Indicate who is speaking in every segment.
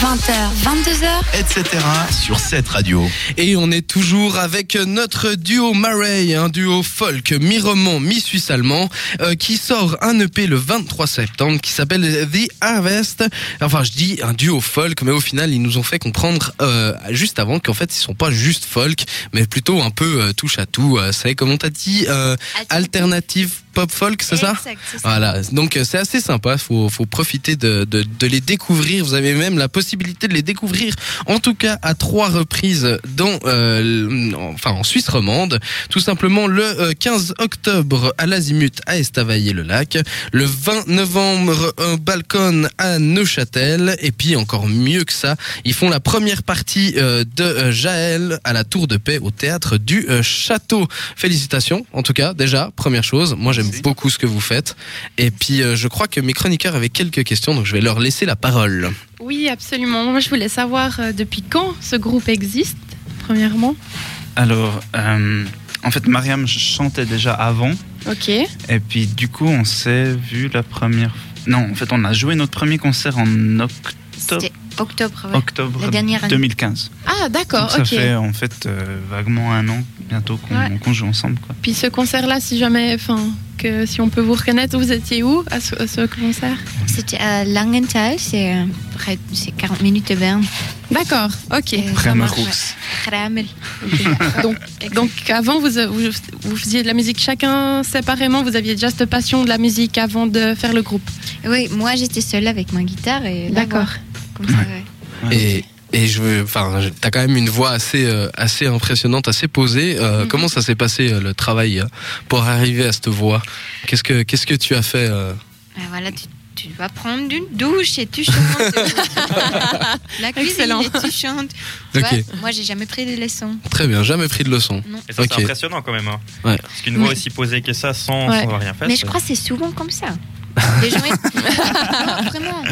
Speaker 1: 20h, 22h,
Speaker 2: etc. sur cette radio.
Speaker 3: Et on est toujours avec notre duo Marais, un duo folk mi-roman, mi-suisse allemand, euh, qui sort un EP le 23 septembre qui s'appelle The Harvest. Enfin, je dis un duo folk, mais au final, ils nous ont fait comprendre euh, juste avant qu'en fait, ils sont pas juste folk, mais plutôt un peu euh, touche à tout. Euh, c'est comment t'as dit euh, alternative pop folk, c'est ça
Speaker 1: Exact, c'est ça.
Speaker 3: voilà, donc euh, c'est assez sympa, faut, faut profiter de, de, de les découvrir, vous avez même la possibilité de les découvrir, en tout cas à trois reprises dans, euh, l- en- enfin en Suisse romande, tout simplement le euh, 15 octobre à l'Azimut à Estavayer-le-Lac, le 20 novembre un balcon à Neuchâtel, et puis encore mieux que ça, ils font la première partie euh, de euh, Jaël à la Tour de Paix au théâtre du euh, Château. Félicitations, en tout cas, déjà, première chose, moi j'aime
Speaker 2: Merci.
Speaker 3: beaucoup ce que vous faites. Et puis euh, je crois que mes chroniqueurs avaient quelques questions, donc je vais leur laisser la parole.
Speaker 4: Oui, absolument. Moi, je voulais savoir euh, depuis quand ce groupe existe, premièrement.
Speaker 5: Alors, euh, en fait, Mariam chantait déjà avant.
Speaker 4: Ok.
Speaker 5: Et puis, du coup, on s'est vu la première. Non, en fait, on a joué notre premier concert en oct-
Speaker 1: c'était octobre. ouais.
Speaker 5: octobre
Speaker 1: La dernière année.
Speaker 5: 2015.
Speaker 4: Ah,
Speaker 5: Donc,
Speaker 4: d'accord,
Speaker 5: ça
Speaker 4: ok.
Speaker 5: fait en fait euh, vaguement un an bientôt qu'on
Speaker 4: Ouais.
Speaker 5: qu'on joue ensemble. Quoi.
Speaker 4: Puis ce concert-là, si jamais, enfin, que si on peut vous reconnaître, vous étiez où à ce, à ce concert
Speaker 1: C'était à Langenthal, c'est euh, près c'est 40 minutes de Berne.
Speaker 4: D'accord, ok.
Speaker 1: Et ça
Speaker 5: Vraiment
Speaker 1: marche,
Speaker 5: rousse.
Speaker 1: ouais. Ramel.
Speaker 4: Donc, donc avant, vous, euh, vous, vous faisiez de la musique chacun séparément, vous aviez déjà cette passion de la musique avant de faire le groupe.
Speaker 1: Oui, moi j'étais seule avec ma guitare et la
Speaker 4: D'accord.
Speaker 1: voix, comme ça, ouais.
Speaker 3: Et, et je veux, enfin, je- t'as quand même une voix assez, euh, assez impressionnante, assez posée. Euh,
Speaker 1: Mhm.
Speaker 3: Comment ça s'est passé euh, le travail euh, pour arriver à cette voix Qu'est-ce que, qu'est-ce que tu as fait euh
Speaker 1: Ben voilà, tu, tu vas prendre une douche et tu chantes. la cuisine
Speaker 4: Excellent.
Speaker 1: et tu chantes. Tu
Speaker 3: Ok,
Speaker 1: vois, moi j'ai jamais pris de leçons.
Speaker 3: très bien, jamais pris de leçon.
Speaker 6: Et ça,
Speaker 3: Ok.
Speaker 6: c'est impressionnant quand même. Hein.
Speaker 3: Ouais.
Speaker 6: Parce qu'une
Speaker 4: Oui.
Speaker 6: voix aussi posée que ça, sans,
Speaker 4: Ouais.
Speaker 6: sans rien faire.
Speaker 1: Mais je
Speaker 6: ça-
Speaker 1: crois que c'est souvent comme ça. Les gens. Non, vraiment.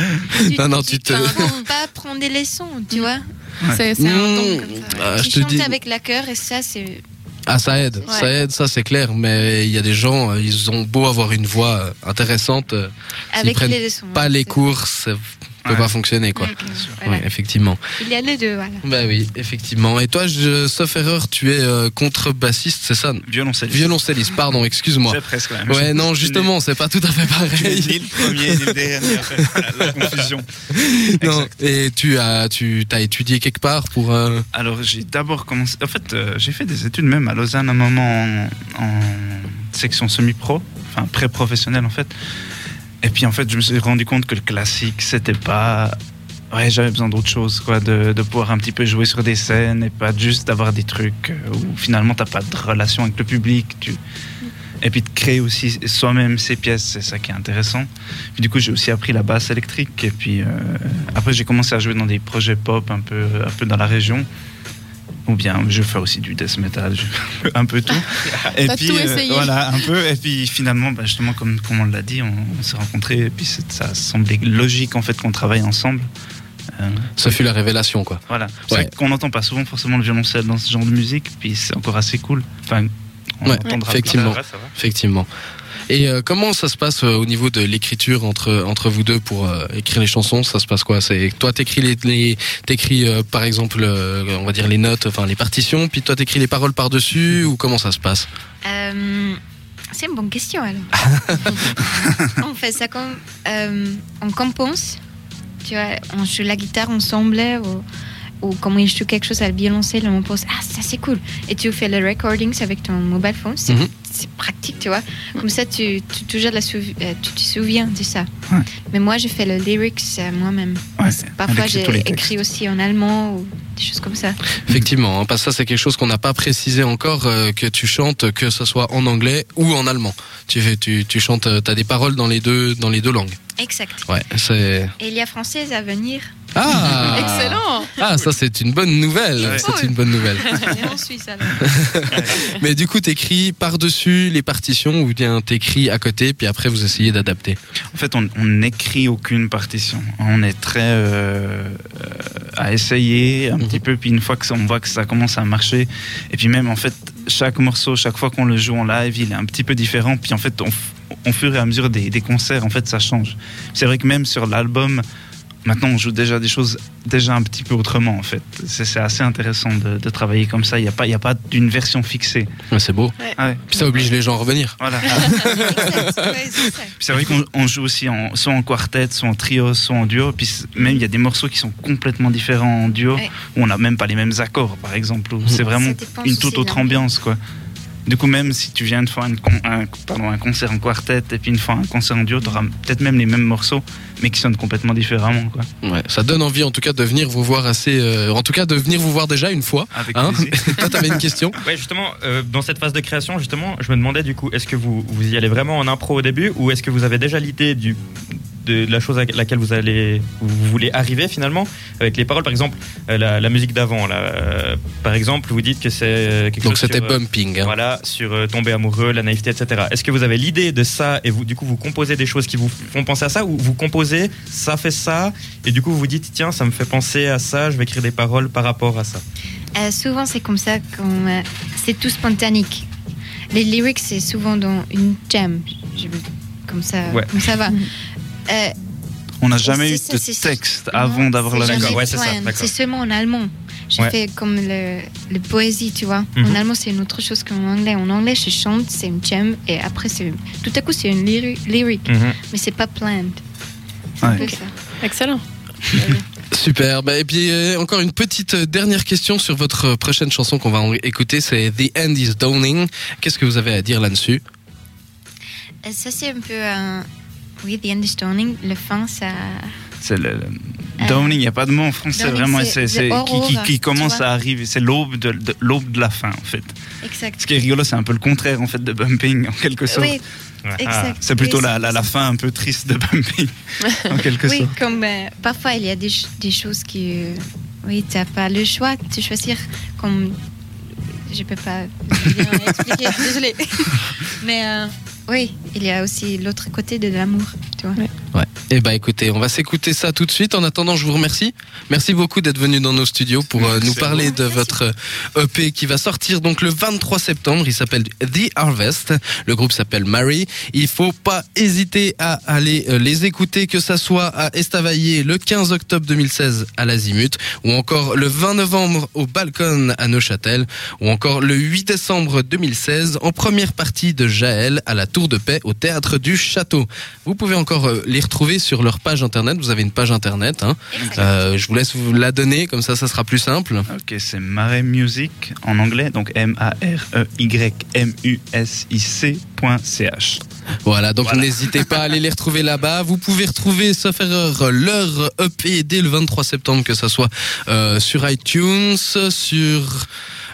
Speaker 1: Tu,
Speaker 3: Non, non, tu te-
Speaker 1: t'inventes pas à prendre des leçons, tu vois.
Speaker 5: Ouais.
Speaker 4: C'est c'est un don
Speaker 3: Mmh,
Speaker 4: comme ça.
Speaker 3: euh,
Speaker 1: tu
Speaker 3: je te
Speaker 1: chantes
Speaker 3: dis.
Speaker 1: avec la cœur et ça, c'est.
Speaker 3: Ah, ça aide,
Speaker 1: Ouais.
Speaker 3: ça aide, ça c'est clair. Mais il y a des gens, euh, ils ont beau avoir une voix euh, intéressante, euh,
Speaker 1: Avec
Speaker 3: prennent
Speaker 1: les leçons.
Speaker 3: pas
Speaker 1: hein,
Speaker 3: les
Speaker 1: c'est-
Speaker 3: cours, ça peut
Speaker 5: Ouais.
Speaker 3: pas fonctionner quoi.
Speaker 1: Mm, mm, voilà.
Speaker 3: Ouais, effectivement.
Speaker 1: Il y a les deux, voilà.
Speaker 3: Bah oui, effectivement. Et toi, je, sauf erreur, tu es euh, contrebassiste, c'est ça
Speaker 5: Violoncelle.
Speaker 3: Violoncelliste, pardon, excuse-moi.
Speaker 5: J'ai presque quand même.
Speaker 3: Ouais, non, justement, c'est pas tout à fait
Speaker 5: Tu n'es
Speaker 3: pareil.
Speaker 5: Ni le premier, ni le dernier. Voilà, la confusion.
Speaker 3: Non.
Speaker 5: Exact.
Speaker 3: Et tu as, tu as étudié quelque part pour. euh,
Speaker 5: Alors j'ai d'abord commencé. En fait, euh, j'ai fait des études même à Lausanne un moment en, en section semi-pro, enfin pré-professionnelle en fait. Et puis en fait, je me suis rendu compte que le classique, c'était pas. Ouais, j'avais besoin d'autre chose, quoi, de, de pouvoir un petit peu jouer sur des scènes et pas juste d'avoir des trucs euh, où finalement t'as pas de relation avec le public. Tu... Et puis de créer aussi soi-même ses pièces, c'est ça qui est intéressant. Puis du coup, j'ai aussi appris la basse électrique et puis euh, après j'ai commencé à jouer dans des projets pop un peu, un peu dans la région. Ou bien je fais aussi du death metal, je fais un peu tout. Et euh,
Speaker 4: T'as tout essayé.
Speaker 5: voilà, un peu. Et puis finalement, bah, justement, comme, comme on l'a dit, on, on s'est rencontrés. Et puis c'est- ça semblait logique en fait qu'on travaille ensemble. Euh,
Speaker 3: Ça fut la révélation, quoi.
Speaker 5: voilà. C'est
Speaker 3: Ouais.
Speaker 5: vrai qu'on n'entend pas souvent forcément le violoncelle dans ce genre de musique. Puis c'est encore assez cool. Enfin, on
Speaker 3: Ouais,
Speaker 5: entendra plus
Speaker 3: effectivement.
Speaker 6: Ça va, ça va.
Speaker 3: Effectivement. Et euh, comment ça se passe euh, au niveau de l'écriture entre entre vous deux pour euh, écrire les chansons Ça se passe quoi C'est toi t'écris les, les t'écris euh, par exemple euh, on va dire les notes, enfin les partitions, puis toi t'écris les paroles par dessus ou comment ça se passe
Speaker 1: Euh, c'est une bonne question alors. on fait ça comme. euh, on compense. Tu vois, on joue la guitare ensemble ou, ou comme il joue quelque chose à la violoncelle, on pense Ah, ça c'est cool. Et tu fais les recordings avec ton mobile phone. C'est
Speaker 3: Mhm.
Speaker 1: c'est pratique, tu vois. Comme ça, tu, tu, toujours la souvi- euh, tu te souviens de ça.
Speaker 5: Ouais.
Speaker 1: Mais moi, je fais le lyrics euh, moi-même.
Speaker 5: Ouais, on
Speaker 1: Parfois,
Speaker 5: écrit
Speaker 1: j'ai
Speaker 5: tous les textes.
Speaker 1: écrit aussi en allemand ou des choses comme ça.
Speaker 3: Effectivement, hein, parce que ça c'est quelque chose qu'on n'a pas précisé encore euh, que tu chantes que ce soit en anglais ou en allemand. Tu fais- tu tu chantes euh, t'as des paroles dans les deux dans les deux langues.
Speaker 1: Exact.
Speaker 3: Ouais, c'est
Speaker 1: Et il y a française à venir.
Speaker 3: ah
Speaker 4: Excellent
Speaker 3: Ah ça c'est une bonne nouvelle,
Speaker 5: Ouais.
Speaker 3: c'est une bonne nouvelle.
Speaker 1: Et en Suisse alors.
Speaker 3: Mais du coup, t'écris par-dessus les partitions ou bien t'écris à côté, puis après vous essayez d'adapter.
Speaker 5: En fait, on on n'écrit aucune partition. On est très euh, euh, à essayer un
Speaker 3: Mhm.
Speaker 5: petit peu, puis une fois que ça- on voit que ça commence à marcher, et puis même en fait, chaque morceau, chaque fois qu'on le joue en live, il est un petit peu différent. Puis en fait, on, f- au fur et à mesure des, des concerts, en fait, ça change. C'est vrai que même sur l'album, Maintenant, on joue déjà des choses déjà un petit peu autrement, en fait. C'est c'est assez intéressant de, de travailler comme ça. Il n'y a pas, il y a pas d'une version fixée.
Speaker 3: Ouais, c'est beau.
Speaker 5: Ah ouais,
Speaker 3: Puis ça oblige les gens à revenir.
Speaker 5: voilà.
Speaker 1: Exact, ouais, c'est ça.
Speaker 5: Puis C'est vrai qu'on on joue aussi en, soit en quartet, soit en trio, soit en duo. Puis c- même il y a des morceaux qui sont complètement différents en duo,
Speaker 1: Ouais.
Speaker 5: où on n'a même pas les mêmes accords, par exemple. où C'est vraiment
Speaker 1: Ça dépend
Speaker 5: une
Speaker 1: aussi
Speaker 5: toute
Speaker 1: de
Speaker 5: autre ambiance, quoi. Du coup, même si tu viens de faire une con- un, pardon, un concert en quartet et puis une fois un concert en duo, tu auras peut-être même les mêmes morceaux, mais qui sonnent complètement différemment, quoi.
Speaker 3: Ouais, ça donne envie en tout cas de venir vous voir assez. euh, en tout cas de venir vous voir déjà une fois.
Speaker 5: Avec
Speaker 3: Hein
Speaker 5: plaisir.
Speaker 3: Toi, t'avais une question
Speaker 6: Ouais, justement, euh, dans cette phase de création, justement, je me demandais du coup, est-ce que vous, vous y allez vraiment en impro au début ou est-ce que vous avez déjà l'idée du de la chose à laquelle vous allez vous voulez arriver finalement avec les paroles par exemple euh, la, la musique d'avant là euh, par exemple vous dites que c'est euh, quelque
Speaker 3: Donc
Speaker 6: chose sur,
Speaker 3: c'était
Speaker 6: euh,
Speaker 3: bumping. hein.
Speaker 6: voilà sur euh, tomber amoureux la naïveté etc est-ce que vous avez l'idée de ça et vous du coup vous composez des choses qui vous font penser à ça ou vous composez ça fait ça et du coup vous vous dites tiens ça me fait penser à ça je vais écrire des paroles par rapport à ça
Speaker 1: Euh, souvent, c'est comme ça qu'on. euh, c'est tout spontanéique. Les lyrics, c'est souvent dans une jam. Je- Comme ça,
Speaker 6: Ouais.
Speaker 1: comme ça va. Euh,
Speaker 5: On n'a jamais
Speaker 1: c'est
Speaker 5: eu
Speaker 1: ça,
Speaker 5: de
Speaker 1: c'est sûr.
Speaker 5: texte avant
Speaker 1: non,
Speaker 5: d'avoir
Speaker 1: c'est
Speaker 5: la
Speaker 1: jamais
Speaker 6: D'accord, ouais, c'est ça,
Speaker 1: planned.
Speaker 6: d'accord.
Speaker 1: C'est seulement en allemand. Je
Speaker 6: Ouais.
Speaker 1: fais comme le, le poésie, tu vois.
Speaker 6: Mhm.
Speaker 1: En allemand, c'est une autre chose qu'en anglais. En anglais, je chante, c'est une jam, et après, c'est tout à coup, c'est une lyri- lyric,
Speaker 6: Mhm.
Speaker 1: mais c'est pas planned. C'est un
Speaker 5: Ouais.
Speaker 1: peu ça.
Speaker 4: Excellent.
Speaker 3: Super. Bah, et puis euh, encore une petite euh, dernière question sur votre euh, prochaine chanson qu'on va en- écouter, c'est The End Is Dawning. Qu'est-ce que vous avez à dire là-dessus
Speaker 1: Et Euh, ça, c'est un peu un. Oui, The End is Dawning, le fin, ça.
Speaker 5: C'est le, le- Dawning, il n'y a pas de mot en français,
Speaker 1: Dawning,
Speaker 5: vraiment.
Speaker 1: Euh, c'est-
Speaker 5: C'est c'est-
Speaker 1: c'est
Speaker 5: qui, qui-
Speaker 1: aurore,
Speaker 5: qui
Speaker 1: tu
Speaker 5: commence
Speaker 1: vois.
Speaker 5: à arriver. C'est l'aube de, de- l'aube de la fin, en fait.
Speaker 1: Exact.
Speaker 5: Ce qui est rigolo, c'est un peu le contraire, en fait, de bumping, en quelque sorte.
Speaker 1: Oui,
Speaker 3: Ah.
Speaker 1: exact.
Speaker 5: Ah, C'est plutôt
Speaker 1: Oui,
Speaker 5: la, la, la fin un peu triste de bumping, en quelque
Speaker 1: Oui,
Speaker 5: sorte.
Speaker 1: comme euh, parfois il y a des, ch- des choses qui. euh, oui, tu n'as pas le choix de choisir. Comme. Je peux pas bien expliquer, désolée. Mais euh, oui, il y a aussi l'autre côté de l'amour, tu vois.
Speaker 3: Eh bah écoutez, on va s'écouter ça tout de suite. En attendant, je vous remercie. Merci beaucoup d'être venu dans nos studios pour euh, nous
Speaker 5: Merci à
Speaker 3: parler de votre euh, EP qui va sortir donc le 23 septembre. Il s'appelle The Harvest. Le groupe s'appelle Mary. Il faut pas hésiter à aller euh, les écouter, que ça soit à Estavayer le 15 octobre 2016 à l'Azimut, ou encore le 20 novembre au Balcon à Neuchâtel, ou encore le 8 décembre 2016 en première partie de Jaël à la Tour de Paix au Théâtre du Château. Vous pouvez encore euh, les retrouver sur leur page internet. Vous avez une page internet. Hein. Euh, je vous laisse vous la donner, comme ça, ça sera plus simple.
Speaker 5: Ok, c'est Mare Music en anglais, donc E M-A-R-E-Y-M-U-S-I-C.ch.
Speaker 3: Voilà, donc
Speaker 5: Voilà.
Speaker 3: n'hésitez pas à aller les retrouver là-bas. Vous pouvez retrouver, sauf erreur, leur EP dès le 23 septembre, que ça soit euh, sur iTunes, sur...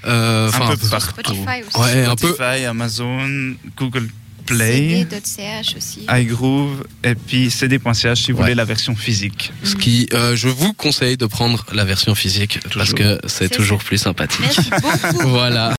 Speaker 3: euh,
Speaker 5: Un
Speaker 3: enfin,
Speaker 5: peu partout.
Speaker 1: Spotify aussi.
Speaker 3: Ouais, un peu...
Speaker 5: Spotify, Amazon, Google Play, Ah,
Speaker 1: CD.ch aussi.
Speaker 5: iGroove, et puis cd.ch si
Speaker 3: Ouais.
Speaker 5: vous voulez la version physique.
Speaker 3: Ce qui, euh, je vous conseille de prendre la version physique, parce
Speaker 5: Toujours.
Speaker 3: que c'est
Speaker 1: C'est
Speaker 3: toujours plus sympathique.
Speaker 1: Merci beaucoup.
Speaker 3: Voilà.